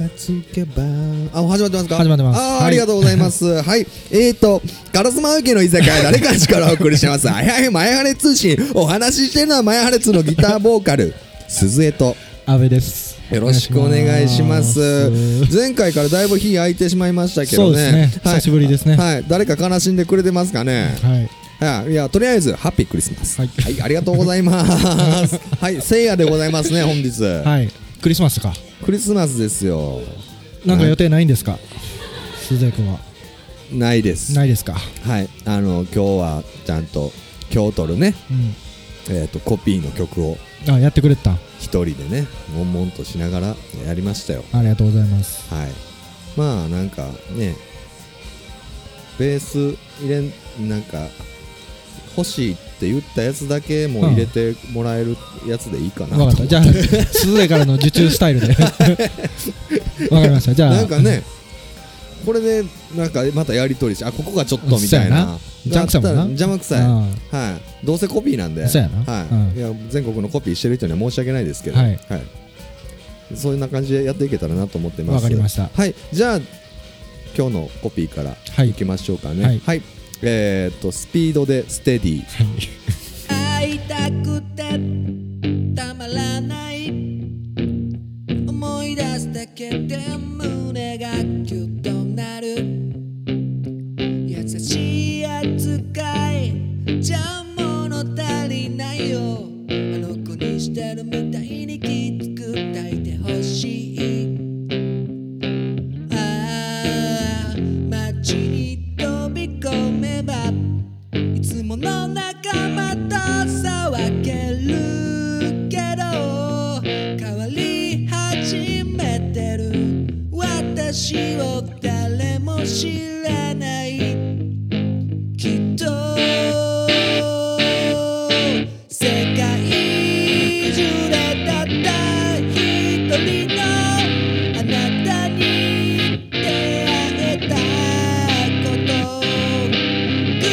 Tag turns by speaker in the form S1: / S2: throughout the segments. S1: がつけばあ始まってますか
S2: 始まってま
S1: あ,、
S2: すはい
S1: ありがとうございます はいえーとガラスマウケの居酒屋誰かしからお送りしてますはいはいマヤハレ通信お話ししてるのはマヤハレ2のギターボーカ ル鈴江と
S2: 安倍です
S1: よろしくお願いします
S2: お願いし
S1: 前回からだいぶ日空いてしまいましたけ
S2: そ
S1: ど
S2: うですね
S1: ねはい
S2: 久しぶりですね
S1: はい誰か悲しんでくれてますかね
S2: はい
S1: あいやとりあえずハッピークリスマスは
S2: はいい、
S1: ありがとうございます はいせいやでございますね本日、
S2: はいクリスマスか
S1: クリスマスですよ
S2: なんか予定ないんですか鈴江君は
S1: ないです
S2: ないですか
S1: はいあの今日はちゃんと今日撮るね、
S2: うん
S1: えー、とコピーの曲を
S2: あやってくれてた
S1: 一人でね悶々としながらやりましたよ
S2: ありがとうございます
S1: はいまあなんかねベース入れんなんか欲しいって言ったやつだけもう入れてもらえるやつでいいかな
S2: わかっ
S1: と
S2: たじゃあ鈴江からの受注スタイル でわかりましたじゃあ
S1: なんかねこれでなんかまたやり取りしてあここがちょっとみたいな
S2: そうやな邪魔くさいもんな
S1: 邪魔くさい
S2: あ
S1: はい、どうせコピーなんで、
S2: そうやな
S1: はい
S2: うん
S1: いや全国のコピーしてる人には申し訳ないですけど、
S2: はい
S1: そういうな感じでやっていけたらなと思ってます。
S2: わかりました
S1: はい、じゃあ今日のコピーから
S2: はい
S1: いきましょうかね。は、
S2: はいい
S1: えーっとスピードでステディ。
S3: 会いたくてたまらない思い出すだけで胸がキュッとなる優しい扱いじゃ物足りないよあの子にしてるみたいにきつく抱いてほしいああ街に飛び込めばいつもの仲間と騒げるけど変わり始めてる私を誰も知らないきっと世界中でたった一人のあなたに出会えたこと偶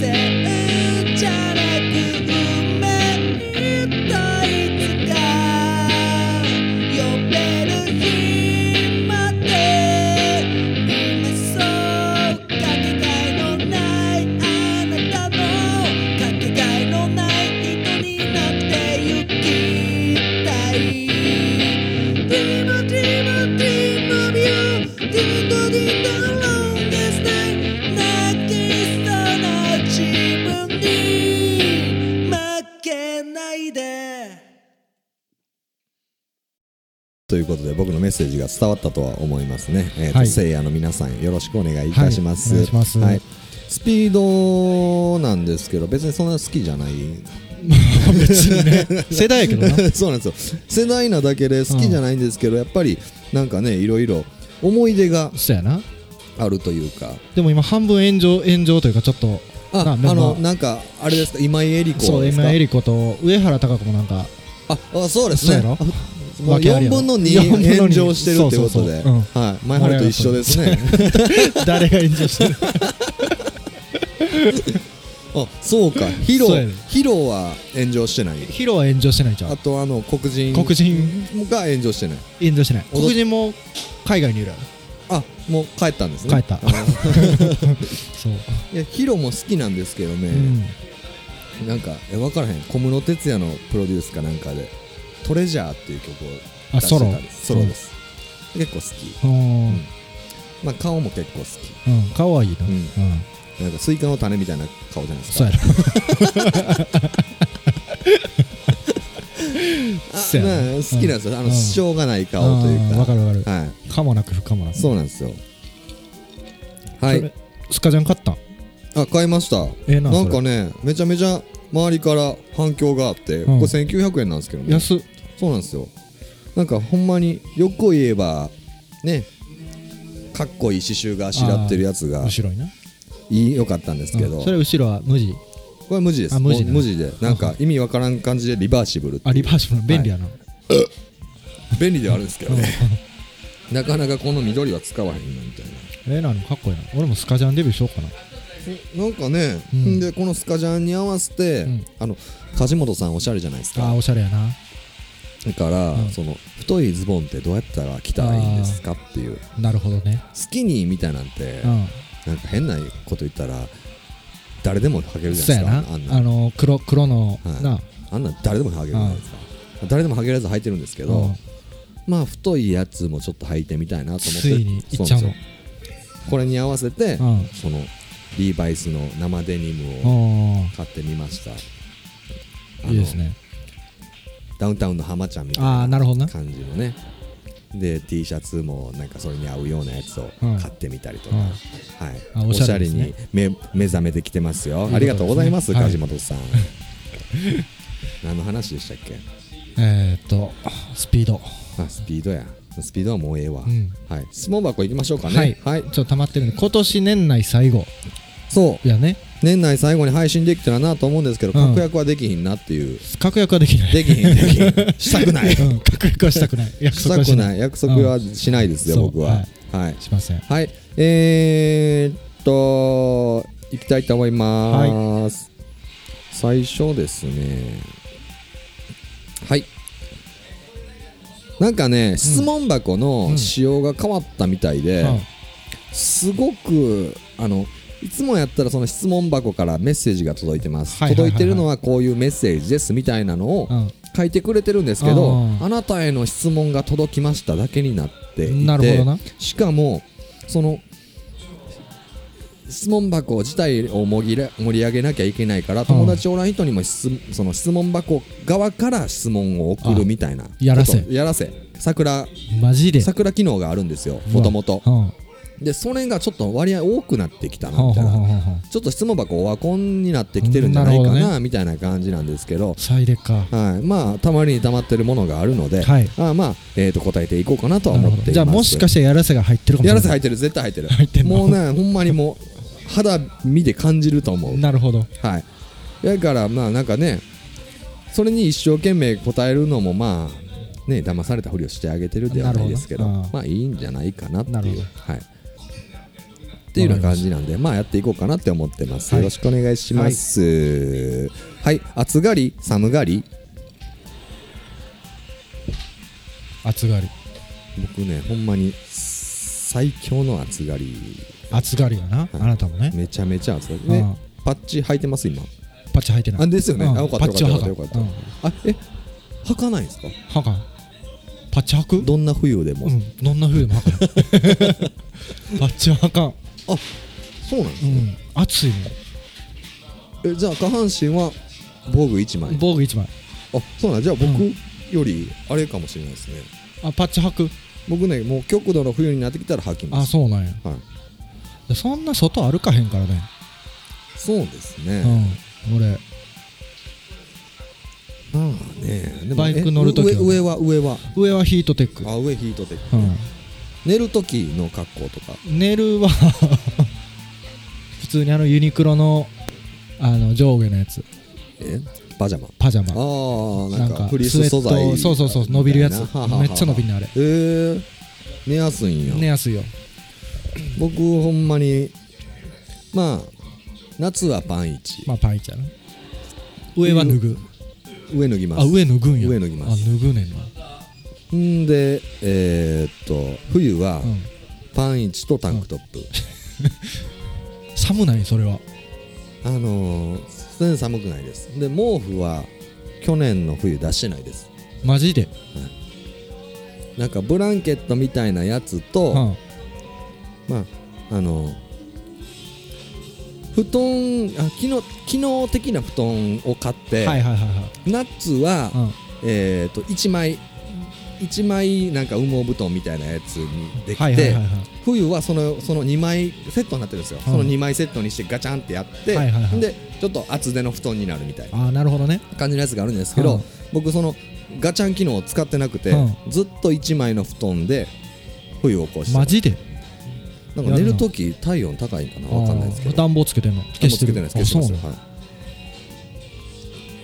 S3: 然じゃなく運命といつか呼べる日まで今そうかけがえのないあなたのかけがえのない人になってゆきたい Dream, dream, dream of you. Dream to the longest night. 泣きそうな自分に負けないで。
S1: ということで僕のメッセージが伝わったとは思いますね。えーっと
S2: はい
S1: 聖夜の皆さんよろしくお願いいたします。
S2: はいお願いします
S1: はいスピードなんですけど別にそんな好きじゃない
S2: 別にね 世代やけどな
S1: そうなんですよ世代なだけで好きじゃないんですけど、やっぱりなんかねいろいろ思い出が
S2: そうやな
S1: あるというか
S2: でも今半分炎上炎上というかちょっと
S1: あ
S2: な
S1: あ
S2: メンバー
S1: のなんかあれですか今井絵理子
S2: そう
S1: ですか
S2: 今エリコと上原貴子もなんか
S1: ああそうですね
S2: そうやろ
S1: あもう
S2: 訳あり
S1: 4
S2: やろ
S1: 分の
S2: 4分の
S1: 2
S2: 2
S1: 炎上してるってこと
S2: そ
S1: で
S2: うそう
S1: はい前原と一緒ですね
S2: 誰が炎上してる
S1: あそうかヒロ
S2: そうやね
S1: ヒロは炎上してない
S2: ヒロは炎上してないじゃ
S1: あ
S2: ん
S1: とあの黒人
S2: 黒人
S1: が炎上してない
S2: 炎上してない
S1: 踊っ
S2: 黒人も海外にいるやろ
S1: あもう帰ったんですね
S2: 帰った
S1: あの
S2: そう、
S1: いやヒロも好きなんですけどね、
S2: うん
S1: なんかえ分からへん小室哲哉のプロデュースかなんかで「トレジャー」っていう曲を出
S2: あ
S1: して
S2: ソ
S1: た
S2: ロ
S1: んですソロです、結構好き、
S2: うん
S1: んまあ、顔も結構好き
S2: うんかわいいな、
S1: う
S2: うんん
S1: なんかスイカの種みたいな顔じゃないです
S2: そう
S1: か
S2: やな
S1: あ
S2: そうやね
S1: まあ好きなんですよ、あの
S2: うん
S1: しょうがない顔という
S2: あー
S1: か
S2: わかるわかる
S1: は
S2: かもなく不可もないく
S1: そうなんですよはい
S2: それスカジャン買ったん
S1: あ買いました
S2: ええな
S1: なんか
S2: そ
S1: ねめちゃめちゃ周りから反響があって、
S2: うん
S1: これ1900円なんですけどね
S2: 安
S1: そうなんですよなんかほんまによく言えばねかっこいい刺繍があしらってるやつが
S2: 後ろにない
S1: い良かったんですけ
S2: う
S1: ど
S2: んそれ後ろは無地
S1: これは無地です
S2: あ無地な
S1: もう無地でなんか意味わからん感じでリバーシブルって
S2: あリバーシブル便利やな、
S1: 便利ではあるんですけどねなかなかこの緑は使わへんなみたい
S2: ええなのかっこいいな俺もスカジャンデビューしようかな
S1: ななんかね、
S2: うん
S1: でこのスカジャンに合わせて、
S2: うん
S1: あの梶本さんおしゃれじゃないです
S2: あー
S1: か
S2: おしゃれやな
S1: だから、
S2: うん
S1: その太いズボンってどうやったら着たらいいんですかっていう
S2: なるほどね。
S1: スキニーみたいなんて、
S2: うん。
S1: なんか変なこと言ったら誰でも履けるじ
S2: そう
S1: ゃ
S2: や
S1: な
S2: ない
S1: ですかあん。な
S2: あの、黒、黒の
S1: は、い
S2: な。
S1: あんなん誰でも履けるじゃないですか誰でも履けるやつ履いてるんですけど、
S2: うん
S1: まあ太いやつもちょっと履いてみたいなと思って
S2: ついにいっちゃう
S1: そ
S2: の
S1: うそうこれに合わせて、
S2: うん。
S1: そのリーバイスの生デニムを
S2: お
S1: 買ってみました
S2: ーいいですね。
S1: あのダウンタウンの浜ちゃんみたい
S2: ああー、なるほど
S1: な
S2: な。
S1: 感じのねで T シャツもなんかそれに合うようなやつを
S2: うん
S1: 買ってみたりとか、
S2: うん
S1: はい
S2: あ
S1: お
S2: お
S1: し
S2: し
S1: ゃ
S2: ゃ
S1: れ
S2: れです
S1: に
S2: ね
S1: 目目覚めてきてますよ
S2: いいことですね
S1: ありがとうございます
S2: はい
S1: 梶本さん 何の話でしたっけ
S2: えーっと、スピード。
S1: あスピードやスピードはもうええわ、
S2: うん
S1: はい質問箱行きましょうかね
S2: はい
S1: はい
S2: ちょっと溜まってるんで、今年年内最後
S1: そう
S2: やね。
S1: 年内最後に配信できたらなと思うんですけど、
S2: うん
S1: 確約はできひんなっていう
S2: 確約はできない。
S1: できひんできひんしたく ない
S2: うん、確約はしたくない。約
S1: し
S2: 束
S1: たく
S2: はしない。
S1: ない約束はしないですよ、
S2: うん
S1: 僕ははい、
S2: しません。
S1: はい、えー、っと行きたいと思います、最初ですねはいなんかね、質問箱の仕様が変わったみたいで、
S2: うん
S1: すごくあのいつもやったらその質問箱からメッセージが届いてます、
S2: はいはいはいはい
S1: 届いてるのはこういうメッセージですみたいなのを
S2: うん
S1: 書いてくれてるんですけど、
S2: うん
S1: あなたへの質問が届きましただけになっていて
S2: なるほどな。
S1: しかもその質問箱自体を盛りら盛り上げなきゃいけないから友達おらん人にも質その質問箱側から質問を送るみたいな
S2: やらせ
S1: ことやらせ桜
S2: マジで。
S1: 桜機能があるんですよもともと
S2: うん。は
S1: でそれがちょっと割合多くなってきた
S2: あ
S1: な
S2: は
S1: みた
S2: あ
S1: い
S2: はあ
S1: な
S2: はあ
S1: ちょっと質問箱オワコンになってきてるんじゃないか
S2: なるほ
S1: なみたいな感じなんですけど
S2: サイレか。
S1: はいまあたまりにたまってるものがあるので
S2: はい。
S1: あまあえーと答えていこうかなとは
S2: なる
S1: 思
S2: ほ
S1: っています
S2: どじゃあもしかしてやらせが入ってるかもし
S1: やら
S2: れない
S1: せ入ってる絶対入ってる
S2: 入ってんの
S1: もうねほんまにもう肌身で感じると思う
S2: なるほど
S1: はいだからまあなんかねそれに一生懸命答えるのもまあね騙されたふりをしてあげてるではないですけど
S2: なるほどなああ
S1: まあいいんじゃないかなって
S2: なる
S1: い
S2: ほ
S1: う
S2: ど
S1: はいっていうような感じなんでまあやっていこうかなって思ってます、
S2: はい
S1: よろしくお願いしますはい、暑がり寒がり
S2: 暑がり
S1: 僕ねほんまに最強の暑がり
S2: 暑がりやな、あなたもね
S1: めちゃめちゃ暑がりね
S2: うん
S1: パッチ履いてます今
S2: パッチ履いてない
S1: あですよね、
S2: うん
S1: あよかった
S2: パッチは
S1: よ
S2: 履
S1: かっ
S2: か
S1: たよかった
S2: んう
S1: よ
S2: ん
S1: かったあえ履かないんですか
S2: 履かんパッチ履く
S1: どんな冬でも、
S2: うんどんな風 でも履かんパッチは履かん
S1: そうなんです
S2: う
S1: ね、
S2: ん暑い
S1: えじゃあ下半身は防具1
S2: も
S1: 枚
S2: ん防具一枚
S1: あそうなんじゃあ僕
S2: う
S1: よりあれかもしれないですね
S2: あパッチ履く
S1: 僕ねもう極度の冬になってきたら履きま
S2: あ
S1: す
S2: そうなんや
S1: はい
S2: でそんな外歩かへんからね
S1: そうですね、
S2: うん俺
S1: まあねでも
S2: バイク
S1: え
S2: 乗る時はね
S1: 上上は上は
S2: 上はヒートテック
S1: あ上ヒートテック
S2: うん
S1: 寝る時の格好とか
S2: 寝るは 普通にあのユニクロのあの上下のやつ
S1: えパジャマ
S2: パジャマ
S1: ああ
S2: な
S1: なんんか
S2: か
S1: フリース素材
S2: そうそうそう伸びるやつ
S1: みたいなははは
S2: めっちゃ伸びんねあれ
S1: へえ寝やすいんや
S2: 寝やすいよ
S1: 僕ほんまにまあ夏はパン一、
S2: まあパンイチやな上は脱ぐ
S1: 上脱ぎます
S2: あ上脱ぐんや
S1: 上脱ぎます
S2: あ脱ぐねんな、
S1: んでえーっと冬は
S2: うん、
S1: パン一とタンクトップ、
S2: 寒ないそれは
S1: あのー、全然寒くないですで毛布は去年の冬出してないです
S2: マジで
S1: なんかブランケットみたいなやつ
S2: う
S1: と、
S2: ん
S1: まああの布団あ機能機能的な布団を買って、
S2: はいはいはい
S1: 夏は、
S2: はい
S1: えー、と1枚一枚なんか羽毛布団みたいなやつにできて、
S2: はいはいはいはい
S1: 冬はそのその2枚セットになってるんですよ、その2枚セットにしてガチャンってやって、
S2: はいはいはい
S1: でちょっと厚手の布団になるみたいな
S2: ああなるほどね
S1: 感じのやつがあるんですけど、
S2: うん
S1: 僕そのガチャン機能を使ってなくて、
S2: うん
S1: ずっと1枚の布団で冬を越して
S2: マ
S1: ます
S2: ジで
S1: なんか寝るとき体温高いんかなわかんないですけ
S2: あー
S1: ど
S2: 暖房つけてんの
S1: 暖房つけてないです消
S2: あ
S1: して
S2: そう
S1: ま
S2: な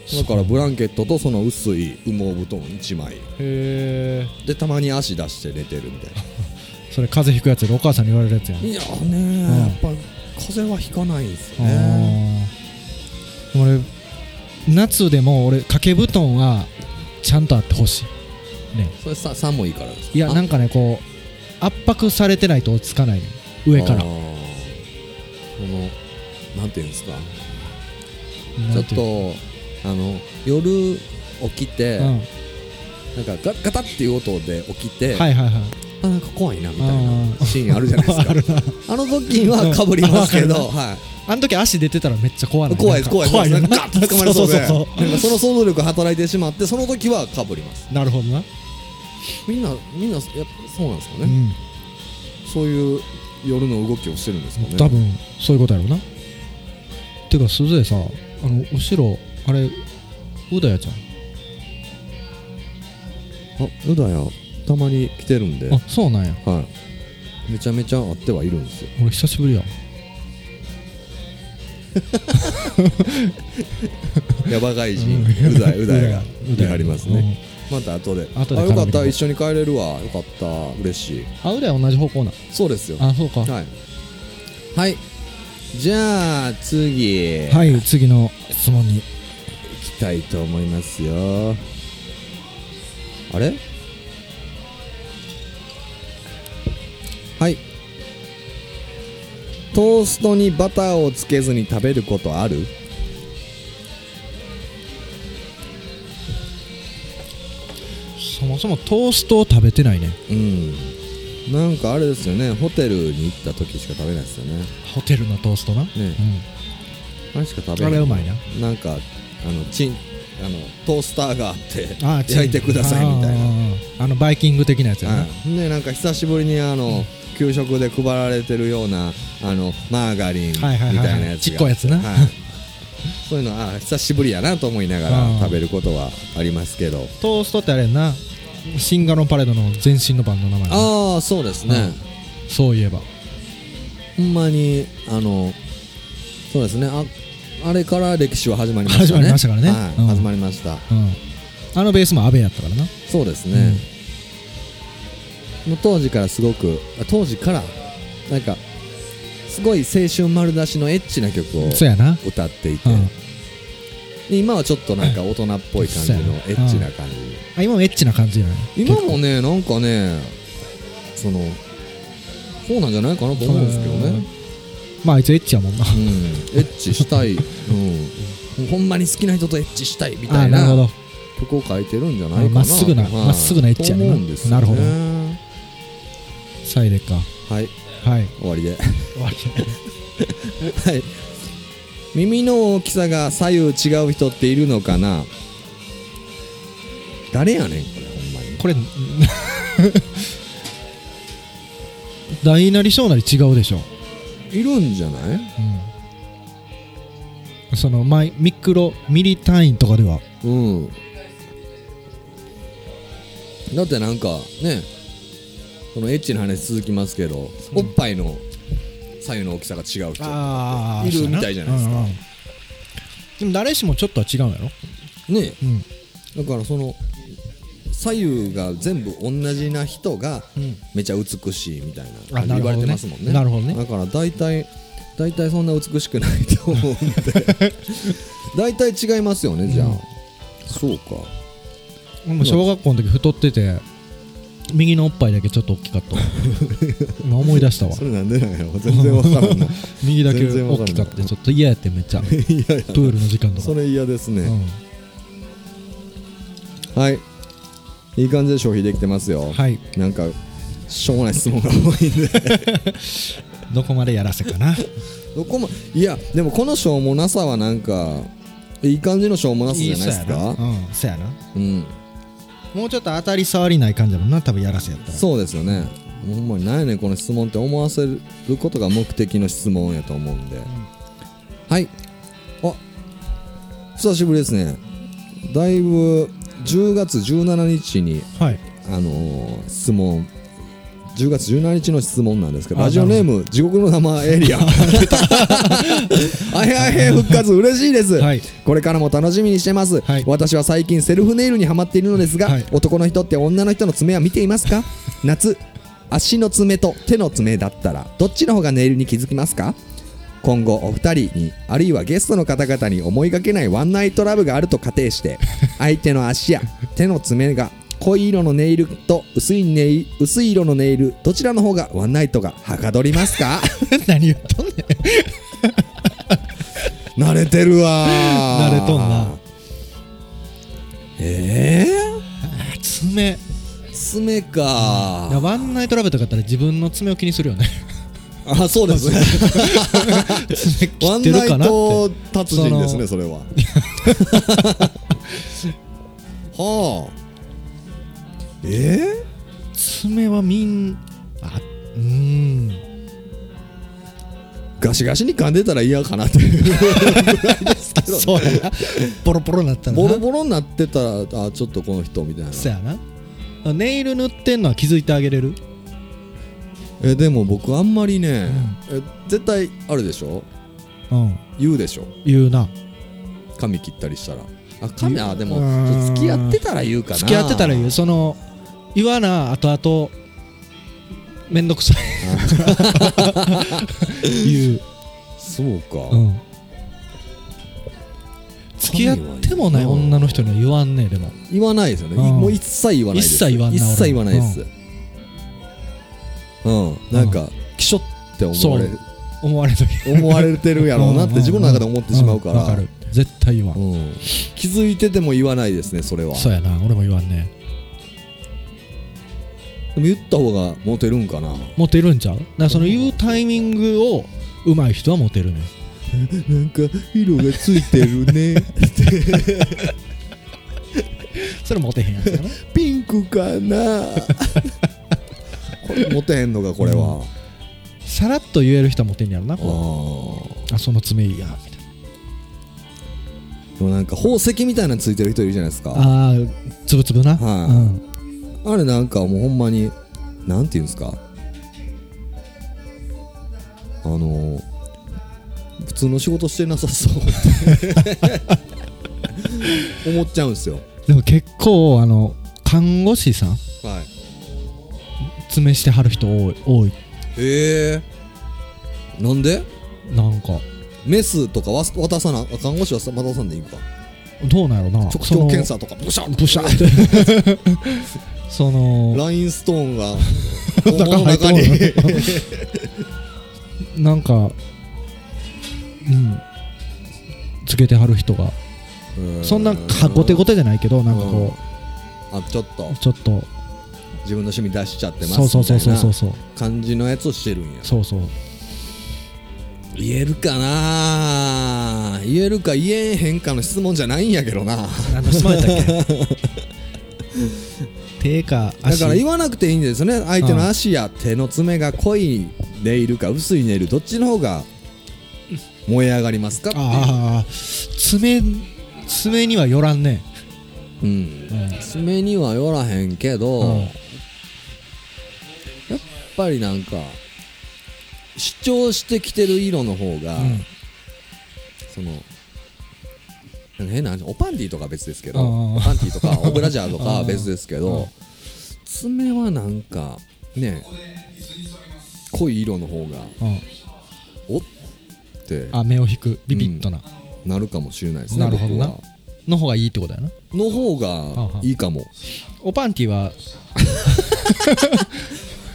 S1: す
S2: の
S1: よはいだからブランケットとその薄い羽毛布団1枚
S2: へえ
S1: でたまに足出して寝てるみ たいな
S2: それ風邪ひくやつやろお母さんに言われるやつやん
S1: いやねー、
S2: うん
S1: やっぱ風邪はひかないんです
S2: あ
S1: よね
S2: ー俺夏でも俺掛け布団はちゃんとあってほしいね
S1: それさ寒いからですか
S2: いやなんんかねこう圧迫されてないと落ち着かないの上から
S1: このなんていうんですかち
S2: な
S1: ょ
S2: ん
S1: って
S2: いう
S1: とあの夜起きて、
S2: うん
S1: なんかガガタっていう音で起きて、
S2: はいはいはい
S1: あなんか怖いなみたい
S2: あ
S1: なシーンあるじゃないですか
S2: あるな
S1: あの時はかぶりますけど、
S2: うん
S1: は、
S2: あの時足出てたらめっちゃ怖ないい
S1: 怖いです怖いです
S2: 怖い
S1: なん
S2: な
S1: かガッと捕まりそう
S2: そう
S1: で
S2: そうそう
S1: なんかその想像力が働いてしまってその時はかぶります
S2: なるほどな、
S1: みんなみんなやっぱそうなんですかね、
S2: うん、
S1: そういう夜の動きをしてるんですかね
S2: 多分そういうことやろうなてか鈴江さあの後ろあれうだやちゃん
S1: あうだやたまに来てるんで
S2: あそうなんや
S1: はいめちゃめちゃ会ってはいるん ですよ
S2: 俺久しぶりや
S1: ヤバ外人
S2: うん
S1: うだやうだや
S2: うだ
S1: が
S2: や
S1: ありますねまた後で
S2: 後で
S1: あよかっ
S2: 絡
S1: た
S2: みに
S1: 一緒に帰れるわよかった嬉しい
S2: あうだや同じ方向な
S1: そうですよは
S2: あそうかはい
S1: はいじゃあ次
S2: い、次の質問に
S1: 行きたいと思いますよあれはいトーストにバターをつけずに食べることある
S2: そもそもトーストを食べてないね
S1: うんなんかあれですよねホテルに行った時しか食べないですよね
S2: ホテルのトーストな、
S1: ね
S2: う
S1: あれしか食
S2: ん、
S1: べ
S2: あ
S1: な
S2: れ
S1: いう
S2: まいな
S1: なんかあのチンあのトースターがあって
S2: あー
S1: 焼いてくださいみたいな
S2: あーあのバイキング的なやつやな、
S1: はい、でなんか久しぶりにあの、給食で配られてるようなあのマーガリンみた
S2: はい
S1: い
S2: は
S1: ない
S2: はいはい
S1: やつ
S2: ちっこいやつな
S1: はいそういうのあ久しぶりやなと思いなが
S2: あ
S1: ら
S2: ー
S1: 食べることはありますけど
S2: トーストってあれやんなシンガロンパレードの前身のバンドの名前やな
S1: ああそうですね、
S2: そういえば
S1: ほんまにあのそうですねああれから歴史は始まりましたね
S2: 始まりましたからね
S1: はい
S2: うん
S1: 始まりました
S2: うんあのベースもアベやったからな
S1: そうですね、もう当時からすごくあ当時からなんかすごい青春丸出しのエッチな曲を
S2: そうやな
S1: 歌っていて、
S2: うん
S1: で今はちょっとなんか大人っぽい感じの
S2: そうやな
S1: エッチな感じ、
S2: あ今もエッチな感じやな
S1: 今もねなんかねそのそうなんじゃないかなと思うんですけどね、
S2: まああいつエッチやもんな
S1: うん、エッチした い、うん、ほんまに好きな人とエッチしたいみた
S2: あ
S1: い
S2: なるほ
S1: な
S2: ど
S1: 曲を書いてるんじゃないかな
S2: まっすぐな
S1: はい
S2: まっすぐなエッチやな
S1: と思うんですよね
S2: なるほど
S1: は
S2: サイレか
S1: い
S2: はい
S1: 終わりで
S2: 終わり
S1: はい耳の大きさが左右違う人っているのかな誰やねんこれほんまに
S2: これ大なり小なり違うでしょ、
S1: いるんじゃない
S2: うん、そのマイミクロミリ単位とかでは
S1: うんだってなんかねこのエッチな話続きますけど、おっぱいの左右の大きさが違う人
S2: あ
S1: ーいるみたいじゃないですか
S2: でも誰しもちょっとは違うんやろ、
S1: ね
S2: うん
S1: だからその左右が全部同じな人が
S2: うん、
S1: めちゃ美しいみたいな
S2: あ
S1: 感じ言われてますもんね
S2: なるほどねな
S1: だから大体大体そんな美しくないと思うんで 大体違いますよねじゃあ、
S2: うん
S1: そうか
S2: もう小学校の時太ってて右のおっぱいだけちょっと大きかった 今思い出したわ
S1: それなんでなんやろ全然わ からんない
S2: 右だけ
S1: 全然わか
S2: 大
S1: んない
S2: きかったちょっと嫌やってめっちゃ プ
S1: いやいや
S2: ールの時間とか
S1: それ嫌です
S2: う
S1: ね、
S2: ん
S1: はいいい感じで消費できてますよ、
S2: はい
S1: なんかしょうもない質問が多いんで
S2: どこまでやらせかな
S1: どこもいやでもこのしょうもなさはなんかいい感じのしょうもなさじゃないです
S2: そうや
S1: か
S2: なうんそうやな
S1: うん
S2: もうちょっと当たり障りない感じだもんな多分やらせやったら
S1: そうですよねほんまに何やねんこの質問って思わせることが目的の質問やと思うんで、はいあ久しぶりですねだいぶ10月17日に
S2: はい
S1: あのー質問10月17日の質問なんですけど
S2: あ
S1: ラジオネーム地獄の生エ リアあへあへ復活嬉しいです、
S2: はい
S1: これからも楽しみにしてます、
S2: はい
S1: 私は最近セルフネイルにはまっているのですが、
S2: はい
S1: 男の人って女の人の爪は見ていますか 夏足の爪と手の爪だったらどっちの方がネイルに気づきますか今後お二人にあるいはゲストの方 々に思いがけないワンナイトラブがあると仮定して相手の足や手の爪が濃い色のネイルと薄いネイ薄い色のネイルどちらの方がワンナイトがはかどりますか
S2: 何言っとんねん
S1: 慣れてるわ
S2: 慣れとんな
S1: え
S2: 爪
S1: え爪か
S2: いやワンナイトラブとかだったら自分の爪を気にす るよね
S1: あそうですね
S2: 爪 切
S1: ワ
S2: っ
S1: ン
S2: てる
S1: ナ
S2: か
S1: イ
S2: なって
S1: ト達人ですね
S2: そ
S1: それは はあえ
S2: 爪はみんあうーん
S1: えガシガシに噛んでたら嫌かなって いう
S2: あそうやなボロボロになったらな
S1: ボロボロになってたらあちょっとこの人みたいな
S2: そうやなあネイル塗ってんのは気づいてあげれる
S1: えでも僕あんまりね、え絶対あるでしょ
S2: うん
S1: 言うでしょ
S2: 言うな
S1: 髪切ったりしたらあ髪あで
S2: う
S1: も
S2: ーん
S1: ちょっと付き合ってたら言うかな
S2: 付き合ってたら言うその言わな後々めんどくさ い言う、
S1: そうか、
S2: うん、付き合ってもない女の人には言わんねえでも
S1: 言わないですよね、
S2: うん
S1: もう一切言わないです
S2: 一切言わんな
S1: 一切言わないですうん、なんかきしょって思われ
S2: そ思われる時
S1: 思われてるやろうなって自分の中で思ってしまうから
S2: んわかる絶対言わん、
S1: うん気づいてても言わないですねそれは
S2: そうやな俺も言わんね
S1: でも言った方がモテるんかな
S2: モテるんちゃうだからその言うタイミングを上手い人はモテるね
S1: なんか色がついてる ね
S2: それモテへんやつやな
S1: ピンクか なこれモテへんのかこれは、
S2: さらっと言える人はモテんやろな
S1: あ
S2: こうあその爪いいやみたい
S1: ーでもなんか宝石みたいなのついてる人いるじゃないですか
S2: なあーつぶつぶ
S1: は
S2: な、
S1: い
S2: うん、
S1: あれなんかもうほんまになんていうんですかあのー普通の仕事してなさそうって 思っちゃうんですよ
S2: でも結構あの看護師さん
S1: はい
S2: 爪してはる人多い多い
S1: ええなんで
S2: なんか
S1: メスとかわす渡さなあ看護師はさ渡さんでいいんか
S2: どうなんやろな
S1: 直
S2: そ
S1: 腸
S2: の
S1: 検査とかブシャン
S2: ブシャーって その
S1: ラインストーン が
S2: 中
S1: この中に
S2: 入っなんかうんつけてはる人がそんなかごてご
S1: て
S2: てじゃないけどなんかこ
S1: あちょっと
S2: うちょっと
S1: 自分の趣味出しちゃってます
S2: そうそうそうそうそう
S1: みた
S2: そう
S1: いな感じのやつをしてるんや
S2: そうそう
S1: 言えるかな言えるか言えへんかの質問じゃないんやけどな
S2: 何の質問やっ たっけ手か
S1: だ
S2: 足
S1: から言わなくていいんですね相手の足や手の爪が濃いネイルか薄いネイルどっちの方が燃え上がりますかっていう
S2: ああ爪爪にはよらんね
S1: うん
S2: うん
S1: 爪にはよらへんけど、
S2: うん
S1: やっぱりなんか主張してきてる色の方が、
S2: うん
S1: そのなんか変な話オパンティとかは別ですけど
S2: うん
S1: オパンティと かオブラジャーとかは別ですけ
S2: うん
S1: ど爪はなんかね濃い色の方が
S2: うん
S1: おって
S2: あ目を引くビビッとな
S1: なるかもしれないですね
S2: なるほどな
S1: 僕は
S2: の方がいいってことやな
S1: の方がいいかも
S2: おパンティは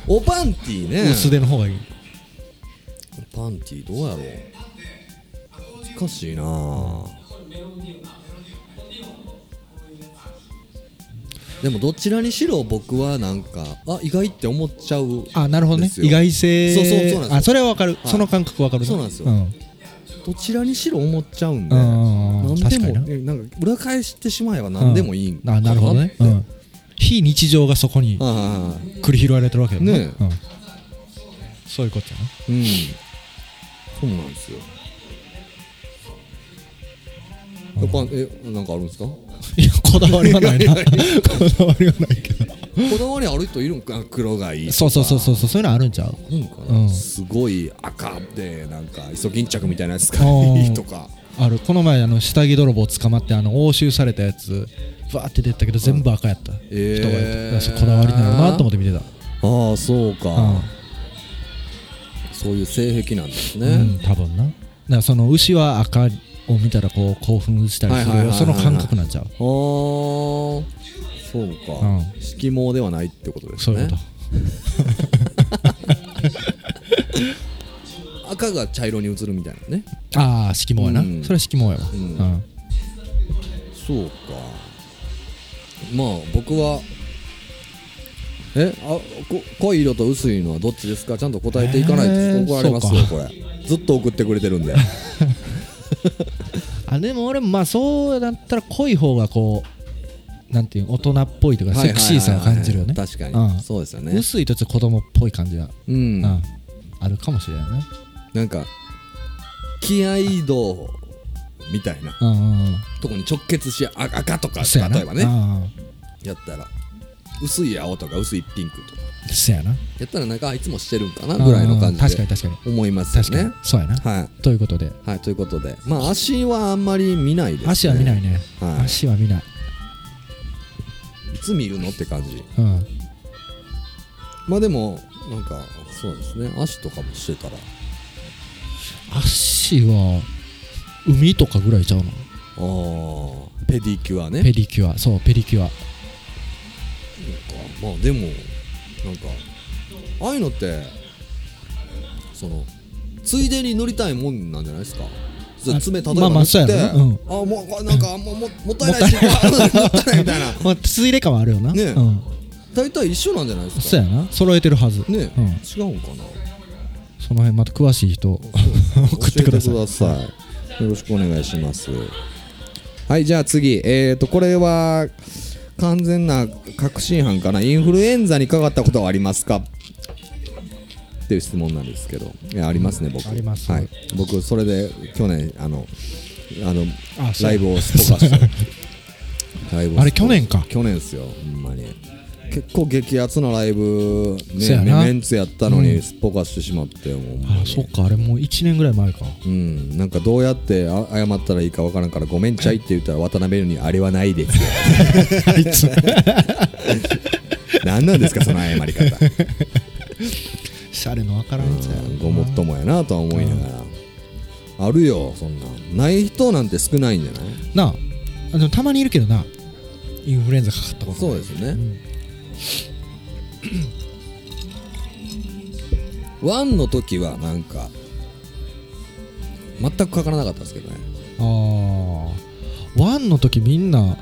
S1: オパンティね
S2: 薄手の方がいい
S1: パンティどうやろう難しいなあでもどちらにしろ僕はなんかあ意外って思っちゃう
S2: あなるほどね
S1: ですよ
S2: 意外性
S1: そうそうそうなんですよ
S2: あそれはわかる
S1: い
S2: その感覚わかる
S1: そうなんですよ
S2: うん
S1: どちらにしろ思っちゃうんで
S2: うんうんう
S1: 何
S2: ん
S1: で
S2: 確か
S1: も
S2: にな
S1: えなんか裏返してしまえば何でもいいんか
S2: あなるほどね、
S1: う
S2: うんん、非日常がそこに
S1: ああ
S2: 繰り広げられてるわけだもん
S1: ねえ
S2: うん、そういうことやな
S1: うんそうなんですよやっぱえなんかあるんです かこ
S2: いやこだわりはないなこだわりはないけど
S1: だわりある人いるんか黒がいいとか
S2: そうそうそうそうそうそういうのあるんちゃう
S1: なんかな
S2: うん
S1: すごい赤でなんかイソギンチャクみたいなやつが
S2: うん
S1: いいとか
S2: あるこの前あの下着泥棒捕まってあの押収されたやつバーって出てったけど全部赤やった、
S1: えー
S2: 人がいただからそうこだわりなのなと思って見てた
S1: ああそうか、
S2: うん
S1: そういう性癖なんですね、
S2: うん、多分なだからその牛は赤を見たらこう興奮したりする、
S1: はいはいはいはい
S2: その感覚になっちゃう
S1: あーそうか、
S2: うん
S1: 色毛ではないってことです
S2: そうい
S1: ね
S2: うこ
S1: 赤が茶色に移るみたいなね
S2: とああ色毛やな、
S1: うん
S2: それは色毛やわ、
S1: うん
S2: うん
S1: そうかまあ僕はえあこ濃い色と薄いのはどっちですかちゃんと答えていかないとちょっと怒られますよ、
S2: えー
S1: これずっと送ってくれてるんで
S2: あでも俺もまあそうだったら濃い方がこうなんていうの大人っぽいとかセクシーさを感じるよね
S1: はいはいはいはい確か
S2: う
S1: に、
S2: ん
S1: そうですよね
S2: 薄いとちょっと子供っぽい感じが、
S1: うん、
S2: うんあるかもしれないね
S1: なんか気合い度みたいな
S2: うんうんうん
S1: とこに直結しあ赤とか
S2: そうやな
S1: 例えばね
S2: うんうん
S1: やったら薄い青とか薄いピンクとか
S2: そうやな
S1: やったらなんかあいつもしてるんかなぐらいの感
S2: うんうん
S1: じ
S2: 確かに
S1: で
S2: 確かに
S1: 思いますよ
S2: 確かに、
S1: ね
S2: そうやな、
S1: はい
S2: ということで
S1: はい、ということで、まあ、足はあんまり見ないです、ね、
S2: 足は見ないね、
S1: はい
S2: 足は見ない、
S1: いつ見るのって感じ
S2: うん、
S1: まあでもなんかそうですね足とかもしてたら
S2: 足は海とかぐらいちゃうの
S1: あーペディキュアね
S2: ペディキュアそうペディキュア
S1: なんかまあでもなんかああいうのってそのついでに乗りたいもんなんじゃないですかそれ
S2: あ
S1: 爪例えば
S2: まあま
S1: 乗
S2: あ
S1: って、
S2: そうやろね
S1: あもうあなんかあもうももったいないし もったいないみたいな
S2: まあついで感はあるよな
S1: ねえ
S2: うん、
S1: 大体一緒なんじゃないです
S2: そう
S1: か
S2: やな揃えてるはず
S1: ね、
S2: うん
S1: 違うんかな
S2: その辺また詳しい人送ってください
S1: 教えてくださいよろしくお願いしますはいじゃあ次えー、とこれは完全な確信犯かなインフルエンザにかかったことはありますかっていう質問なんですけどいやありますね僕
S2: あります
S1: はい、僕それで去年あのあの
S2: あそう
S1: ライブをスト かしてライブを
S2: あれ去年か
S1: 去年ですよほんまに結構激アツなライブ
S2: そう
S1: ね
S2: やな
S1: メンツやったのにすっぽかしてしまって、ほんまに
S2: あそっかあれもう1年ぐらい 前か
S1: うん、なんかどうやってあ謝ったらいいかわからんからごめんちゃいって言ったら渡辺にあれはないです よ
S2: あいつ
S1: 何なんですかその謝り方
S2: シャレのわからんやつや
S1: うんごもっともやなとは思いながらあるよそんなんない人なんて少ないんじゃない
S2: なああでもたまにいるけどなインフルエンザかかったこと
S1: そうですね、ワンの時はなんか全くかからなかったですけどね
S2: ああワンの時みんな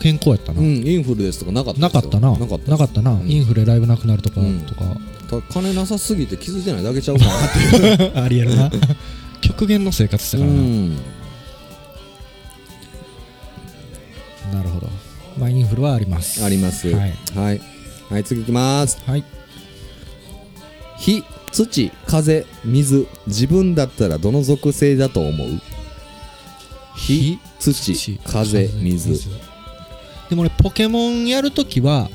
S2: 健康やったな、
S1: うんインフルですとかなかった
S2: なか
S1: で
S2: っ
S1: すよ
S2: たな
S1: なかったです
S2: なかったな、
S1: うん
S2: インフレライブなくなるとか、
S1: うん
S2: とか
S1: た金なさすぎて気づいてないだけちゃうかなっていう
S2: ありえるな極限の生活したからな、
S1: うん
S2: なるほどまあインフルはあります
S1: あります
S2: はい、
S1: はい、はい次いきます
S2: はい、
S1: 火土風水自分だったらどの属性だと思う火土風水
S2: でも俺ポケモンやるときは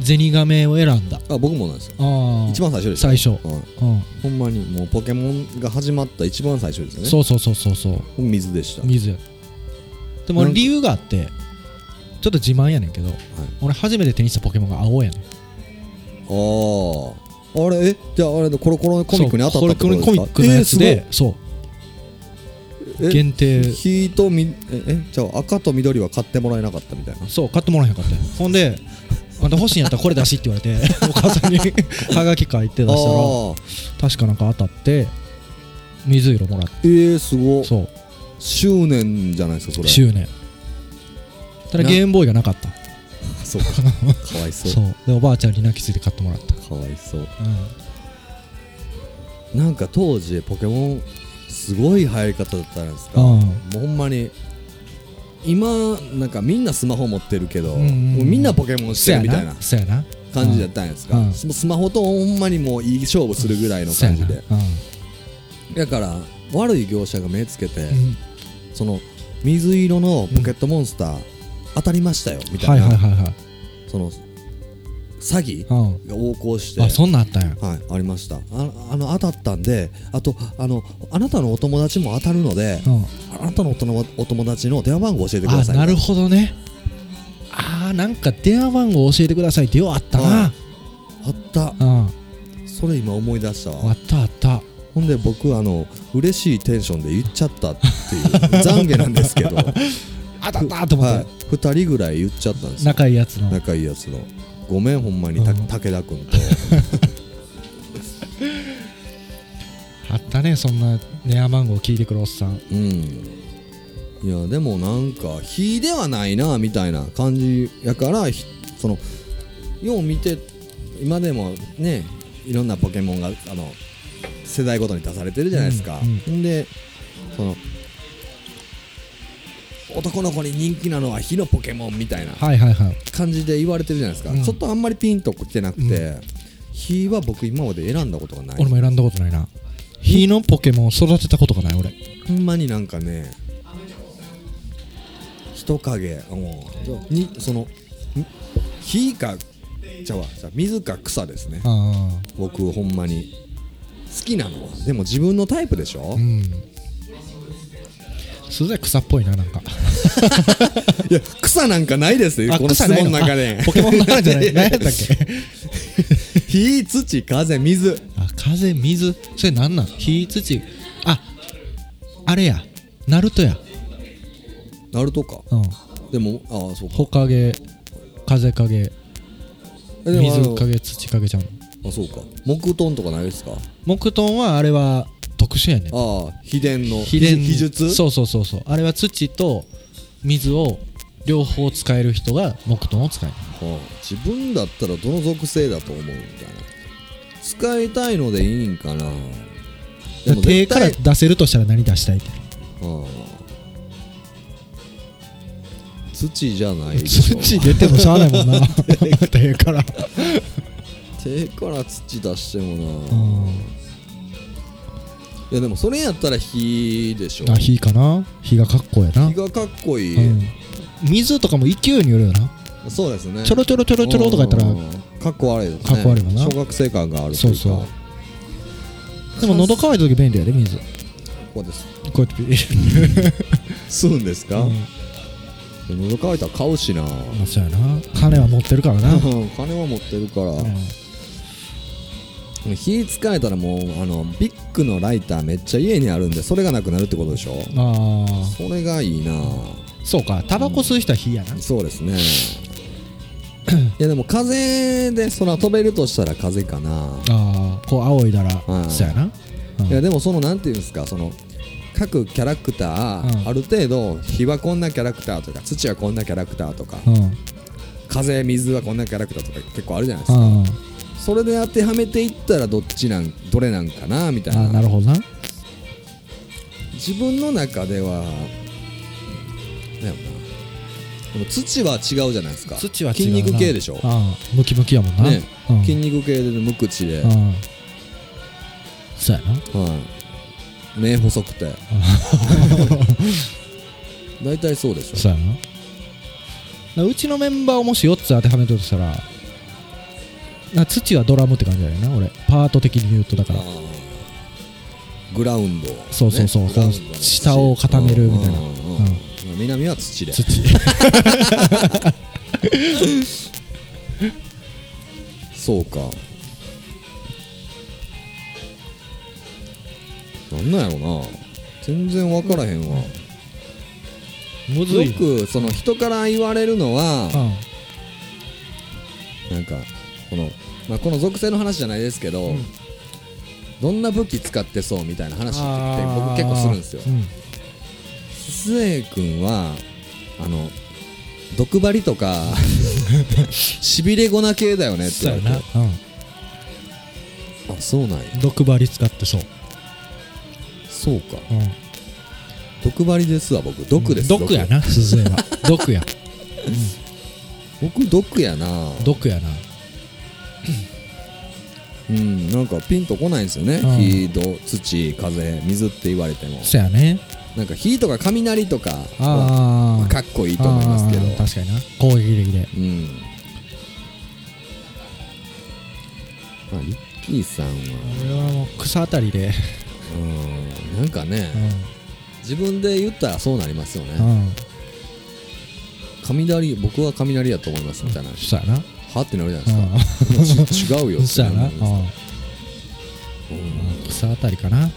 S2: ゼニガメを選んだ
S1: あ僕もなんですよ
S2: ああ
S1: 一番最初です
S2: 最初
S1: うん
S2: うん
S1: ほんまにもうポケモンが始まった一番最初ですよね
S2: そうそうそうそうそう
S1: 水でした
S2: 水でも
S1: なんか
S2: 理由があってちょっと自慢やねんけど、俺初めて手にしたポケモンが青やね
S1: あ
S2: ん
S1: ああれえじゃああれのコロコロのコミックに当たったって
S2: そう
S1: こ
S2: れ
S1: とですか
S2: コミックのやつで、そ
S1: えー
S2: う
S1: すごい
S2: 限定
S1: え火とみええじゃあ赤と緑は買ってもらえなかったみたいな
S2: そう買ってもらえへんかったよほんで「あんた欲しいんやったらこれ出し」って言われて お母さんに はがき書いて出したら
S1: ああ
S2: 確かなんか当たって水色もらって
S1: えー、すごい
S2: そう
S1: 執念じゃないですかそれ
S2: 執念ただ
S1: な
S2: ゲームボーイがなかった
S1: そうかかわいそう
S2: そうでおばあちゃんに泣きついて買ってもらった
S1: かわいそう
S2: う
S1: なんか当時ポケモンすごい流行り方だったんですか
S2: ん
S1: も
S2: うん
S1: うほんまに今なんかみんなスマホ持ってるけど、
S2: うんうんうん
S1: もうみんなポケモンしてるみたいな
S2: そやな
S1: 感じだったんですか、
S2: うん
S1: ススマホとほんまにもういい勝負するぐらいの感じで
S2: そやな
S1: だから悪い業者が目つけて、
S2: うん
S1: その水色のポケットモンスター、当たりましたよみた
S2: はいい
S1: な、
S2: はいはいはい
S1: その詐欺
S2: う
S1: が横行して
S2: んあそんなんあったんや
S1: はい、ありましたああの当たったんであとあのあなたのお友達も当たるので
S2: うん
S1: あなたのおとのお友達の電話番号教えてくだ
S2: あ
S1: さい
S2: なるほどねあーなんか電話番号教えてくださいってようあった
S1: は
S2: な
S1: あった
S2: うんあ
S1: それ今思い出したわ
S2: ったあった
S1: ほんで 僕あの嬉しいテンションで言っちゃったっていう懺悔なんですけど
S2: あ当たったと思
S1: は
S2: っ
S1: い
S2: て、
S1: 2人ぐらい言っちゃったんですよ
S2: 仲いいやつの
S1: 仲いいやつのごめんほんまにた
S2: うん
S1: 武田君と
S2: あったねそんなネアマンゴー聞いてくるおっさん
S1: うんいやでもなんか火ではないなみたいな感じやからひそのよう見て今でもねいろんなポケモンがあの世代ごとに出されてるじゃないですか、
S2: うん
S1: んでその男の子に人気なのは火のポケモンみたいな
S2: はいはいはい
S1: 感じで言われてるじゃないですか、
S2: うん
S1: ちょっとあんまりピンと来てなくて、
S2: う
S1: 火は僕今まで選んだことがない
S2: 俺も選んだことないな火のポケモンを育てたことがない俺
S1: ほんまになんかね人影もうにそのん火かじゃあ水か草ですね
S2: あ
S1: 僕ほんまに好きなのはでも自分のタイプでしょ
S2: あうんすごい草っぽいななんか
S1: いや草なんかないですよ
S2: あ
S1: この質
S2: 草ない
S1: 問
S2: の
S1: の中で
S2: あポケモンの中じゃない
S1: や
S2: 何
S1: や
S2: やっ
S1: い
S2: た
S1: や
S2: っけ
S1: 火土風水
S2: あ風水それなんなん火土ああれやナルトや
S1: なるとか
S2: うん
S1: でもああそうか
S2: 穂陰風陰
S1: えでもあ
S2: 水
S1: の
S2: 陰土陰ちゃん
S1: あそうか木遁とかないですか
S2: 木遁はあれは特殊やね
S1: ああ秘伝の
S2: 秘伝
S1: 秘術
S2: そうそうそうそうあれは土と水を両方使える人が木遁を使える
S1: はあ、自分だったらどの属性だと思うみたいな使いたいのでいいんかなでも
S2: 手
S1: 絶
S2: から
S1: 対
S2: 出せるとしたら何出したいって
S1: はあ土じゃないでしょ
S2: 土出てもしゃあないもん な 手から
S1: 手から土出しても
S2: う
S1: な、い
S2: ん
S1: やでもそれやったら火でしょ
S2: あ火かな火がかっこやな
S1: 火がかっこいい、
S2: うん水とかも勢いによるよな
S1: そうですね
S2: ちょろちょろちょろちょろとか言ったら
S1: うんかっこ悪いですね
S2: かっこ悪いわな
S1: 小学生感があるというか
S2: そうそうでも喉乾いた時便利やで水こ
S1: ここです
S2: うやってピッ
S1: 吸うんですか、
S2: うん
S1: でも喉乾いたら買うしな、
S2: まあそうやな金は持ってるからな、うん
S1: うん 金は持ってるから、火使えたらもうあのビッグのライターめっちゃ家にあるんでそれがなくなるってことでしょ
S2: ああ
S1: それがいいな
S2: そうかタバコ吸う人は火やな、
S1: そうですねいやでも風で空飛べるとしたら風かな
S2: ああこう仰いだら、
S1: うん
S2: そうやな、うん
S1: いやでもそのなんていうんですかその各キャラクター、
S2: うん
S1: ある程度火はこんなキャラクターとか土はこんなキャラクターとか、
S2: うん
S1: 風水はこんなキャラクターとか結構あるじゃないですか、
S2: あ
S1: それで当てはめていったらどっちなんどれなんかなみたい
S2: あなるほどな
S1: 自分の中ではなんやろなでも土は違うじゃないですか
S2: 土は違うな
S1: 筋肉系でしょ
S2: ああムキムキやもんな、
S1: ね、
S2: うん、
S1: 筋肉系で無口で、
S2: う
S1: は、
S2: んそうやない
S1: 目細く て大体そうでしょ
S2: そうやなだからうちのメンバーをもし4つ当てはめとるとしたらな土はドラムって感じだよな俺パート的に言うとだから
S1: あーグラウンド、
S2: そうそうそう
S1: ねグラウンドの土
S2: 下を固めるみたいな
S1: うんうんうん南は土で
S2: 土
S1: そうかなんなんやろな全然分からへんわ、
S2: むずい
S1: よくその人から言われるのは
S2: うん
S1: なんかこの、まあ、この属性の話じゃないですけど、
S2: ん
S1: どんな武器使ってそうみたいな話って僕結構するんですよ
S2: あーうん
S1: スエ君はあの毒針と かしびれ粉系だよねって
S2: そ
S1: 言
S2: う
S1: わ
S2: や
S1: れて
S2: な、う
S1: あそうなんや
S2: ん、毒針使ってそう、
S1: そうか
S2: うん、
S1: 毒針ですわ僕毒です
S2: 毒やな鈴 江は毒や
S1: 僕毒やな
S2: 毒やな
S1: うんなんかピンとこないんですよね
S2: うん
S1: 火土土風水って言われても
S2: そやね
S1: なんか火とか雷とかは
S2: ああ
S1: かっこいいと思いますけど
S2: あー確かにな攻撃的で
S1: うんまあリッキーさんは
S2: 俺はもう草あたり で
S1: うんなんかね
S2: う
S1: 自分で言ったらそうなりますよ
S2: ん
S1: ね
S2: うん
S1: 雷僕は雷やと思いますみたいな
S2: そやな
S1: はってなるじゃ
S2: う
S1: ないですかち違うよ
S2: ん
S1: って
S2: そや
S1: な
S2: な
S1: る
S2: う
S1: じゃない
S2: ん草あたりかな
S1: ですか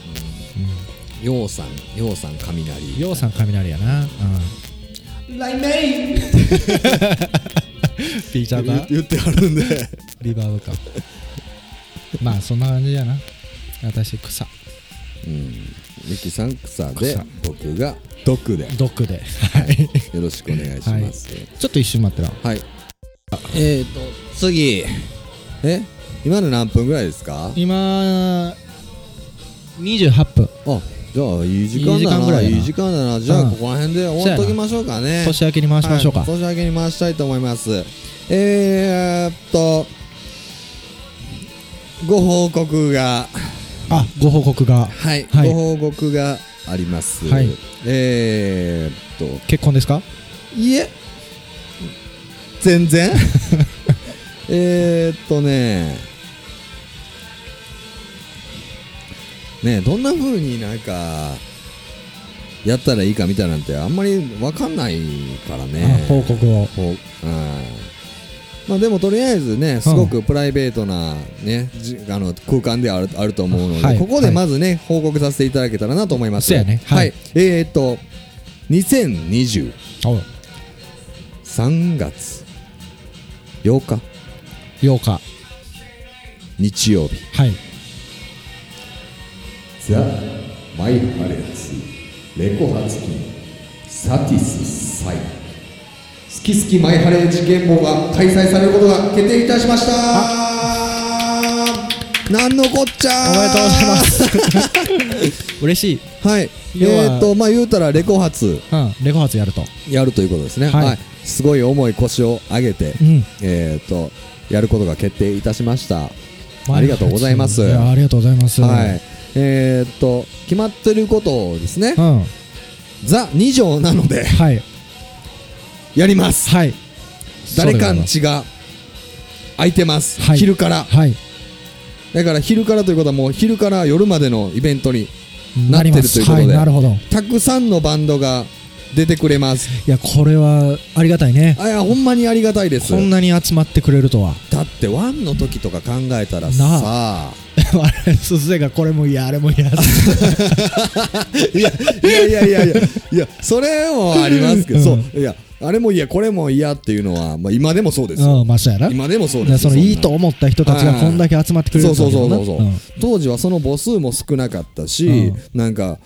S1: ようさんようさん雷
S2: ようさん雷やなうん
S3: 雷鳴
S2: ピーチャー
S1: 言
S2: か
S1: 言ってあるんで
S2: リバーブかまあそんな感じやな私草
S1: うんミキさん草で
S2: 草
S1: 僕が毒で
S2: 毒で はい
S1: よろしくお願いします
S2: ちょっと一瞬待ってな
S1: はい、えーと次え今の何分ぐらいですか
S2: 今28分
S1: あじゃあいい時間だない
S2: い
S1: い
S2: 時
S1: 時間だなじゃ
S2: う
S1: あ
S2: ん
S1: ここら辺で終わっときましょうかね
S2: 年明けに回しましょうか、
S1: はい年明けに回したいと思いますえーっとご報告が
S2: あご報告が
S1: はい、
S2: はい
S1: ご報告があります、
S2: はい
S1: えーっと
S2: 結婚ですか
S1: いえ全然 えーっとねねえどんな風になんかやったらいいかみたいなんてあんまりわかんないからね
S2: あ報告を
S1: こううんまあ、でもとりあえずねすごくプライベートな、ねじあの空間ではあるあると思うので、
S2: はい
S1: ここでまずね、報告させていただけたらなと思います
S2: そうやねはい
S1: えー、っと2023
S2: おう
S1: 月8日
S2: 8日
S1: 日曜日
S2: はい
S1: ザ・マイハレッツレコ発金サティス祭好き好きマイハレッジゲームが開催されることが決定いたしましたなんのこっちゃ
S2: おめでとうございます 嬉しい、
S1: はい
S2: 要は
S1: えー、っとまあ言うたらレコ発
S2: うん、レゴ発やると
S1: やるということですね
S2: は
S1: はいい、すごい重い腰を上げて、
S2: うん
S1: えー、っとやることが決定いたしましたありがとうございます
S2: やありがとうございます
S1: はいえー、っと決まってることをですね
S2: うん
S1: ザ2条なので
S2: はい
S1: やります
S2: はい
S1: 誰か
S2: そうでござい
S1: ん
S2: ます
S1: ちが空いてます、
S2: はい
S1: 昼から
S2: はい
S1: だから昼からということはもう昼から夜までのイベントになって
S2: り
S1: る
S2: ます
S1: ということで
S2: はいなるほどい
S1: たくさんのバンドが出てくれます
S2: やこれはありがたいね
S1: あいやほんまにありがたいです
S2: こんなに集まってくれる とは
S1: だってワンの時とか考えたら
S2: な
S1: さ
S2: あれすずがこれもいやあれもいや
S1: いやいやいやいやいやいやそれもありますけど、
S2: うん
S1: そういやあれもいやこれも嫌っていうのは、まあ、今でもそうですよ、
S2: うんまあそうやな
S1: 今でもそう
S2: い
S1: で
S2: や
S1: す
S2: そ
S1: よ
S2: の
S1: んない
S2: いと思った人たちがこんだけ集まってくれる
S1: そ
S2: っ
S1: う
S2: てこ
S1: そう
S2: と
S1: そ
S2: や
S1: う
S2: な
S1: そうそう、当時はその母数も少なかったし、
S2: うん
S1: なんか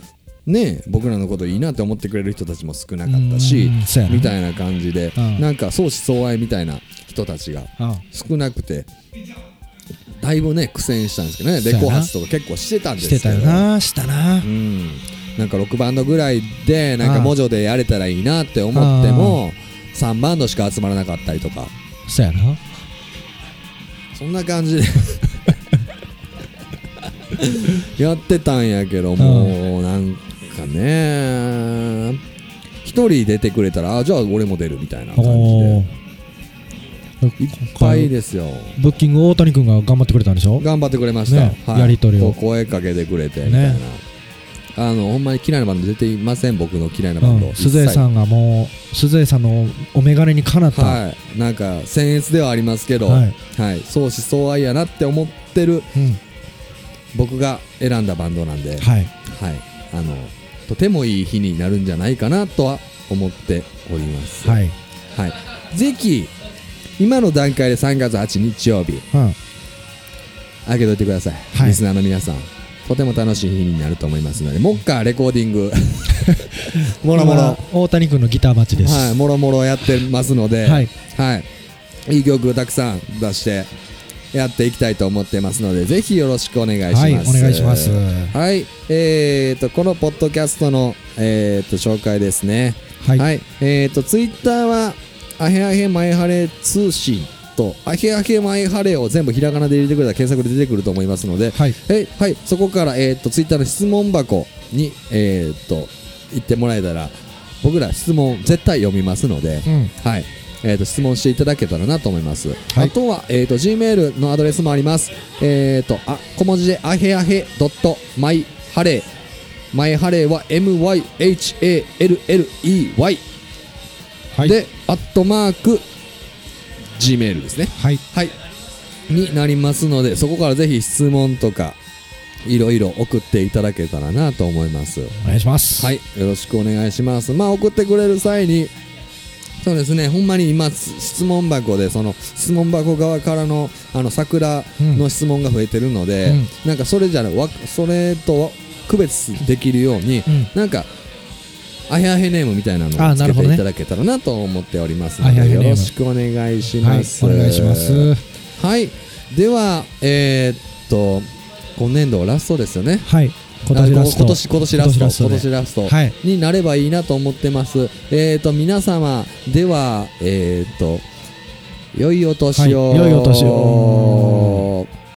S1: ね僕らのこといいなって思ってくれる人たちも少なかったし、
S2: うんそうやな
S1: みたいな感じで、
S2: うん
S1: なんか相思相愛みたいな人たちが
S2: うん
S1: 少なくてだいぶね苦戦したんですけどね
S2: そう
S1: レ
S2: やな
S1: コ発とか結構してたんで
S2: し
S1: す
S2: て
S1: け
S2: た
S1: ど
S2: よなしたな
S1: うんなんか6バンドぐらいでなん
S2: う
S1: か
S2: ん
S1: 文字でやれたらいいなって思っても3バンドしか集まらなかったりとか
S2: そうやな
S1: そんな感じで やってたんやけどもうなんかね一人出てくれたらあじゃあ俺も出るみたいな感じ
S2: お
S1: で
S2: お
S1: いっぱいですよ
S2: ブッキング大谷君が頑張ってくれたんでしょ
S1: 頑張ってくれました、
S2: ねやりとりを
S1: こう声かけてくれてみたいな、
S2: ね
S1: あのほんまに嫌いなバンド出ていません僕の嫌いなバンド、
S2: うん鈴江さ
S1: ん
S2: んがもう鈴江さんのお眼鏡にかなった、
S1: はいなんか僭越ではありますけど、
S2: は
S1: はいい相思相愛やなって思ってる
S2: うん
S1: 僕が選んだバンドなんで、
S2: はい
S1: はい、あのとてもいい日になるんじゃないかなとは思っております、
S2: はい、
S1: はい、ぜひ今の段階で3月8日曜日
S2: うん、
S1: 開けといてください、
S2: はい
S1: リスナーの皆さんとても楽しい日になると思いますのでもっかレコーディン グもろもろ
S2: 今大谷君のギター待ちです
S1: はいもろもろやってますので、
S2: はい、
S1: はい、いい曲をたくさん出してやっていきたいと思ってますのでぜひよろしくお願いします、
S2: はいお願いします
S1: はいえー、とこのポッドキャストの、えー、と紹介ですね
S2: はい、
S1: はい、えー、とツイッターはアヘアヘマイハレ通信とアヘアヘマイハレを全部ひらがなで入れてくれたら検索で出てくると思いますので、
S2: はい
S1: えはい、そこから、えー、とツイッターの質問箱に、えー、と行ってもらえたら僕ら質問絶対読みますので、
S2: うん
S1: はいえー、と質問していただけたらなと思います、
S2: はい
S1: あとは、えー、と Gmail のアドレスもあります、えー、とあ小文字であへあへ .myhare マイハレーは MYHALLEY
S2: はい
S1: で、アットマーク Gmail ですね
S2: はい
S1: はいになりますのでそこからぜひ質問とかいろいろ送っていただけたらなと思います
S2: お願いします
S1: はいよろしくお願いしますまあ送ってくれる際にそうですねほんまに今す質問箱でその質問箱側からのあの桜の質問が増えてるので、
S2: うん
S1: なんかそれじゃなわそれと区別できるように、
S2: うん
S1: なんかあへあへネームみたいなの
S2: あ
S1: をつ
S2: な
S1: け
S2: るほ
S1: て
S2: どね
S1: いただけたらなと思っておりますの
S2: あへあへネ
S1: でよ
S2: ーム
S1: ろしくお願いし
S2: はい
S1: ます、
S2: お願いします
S1: はいではえーっと今年度ラストですよね
S2: はい今年ラスト
S1: あ今年今年ラスト今
S2: で
S1: 年ラスト
S2: はい
S1: になればいいなと思ってます。えっ、ー、と皆様ではえっ、ー、と良いお年を、
S2: はい良いお年を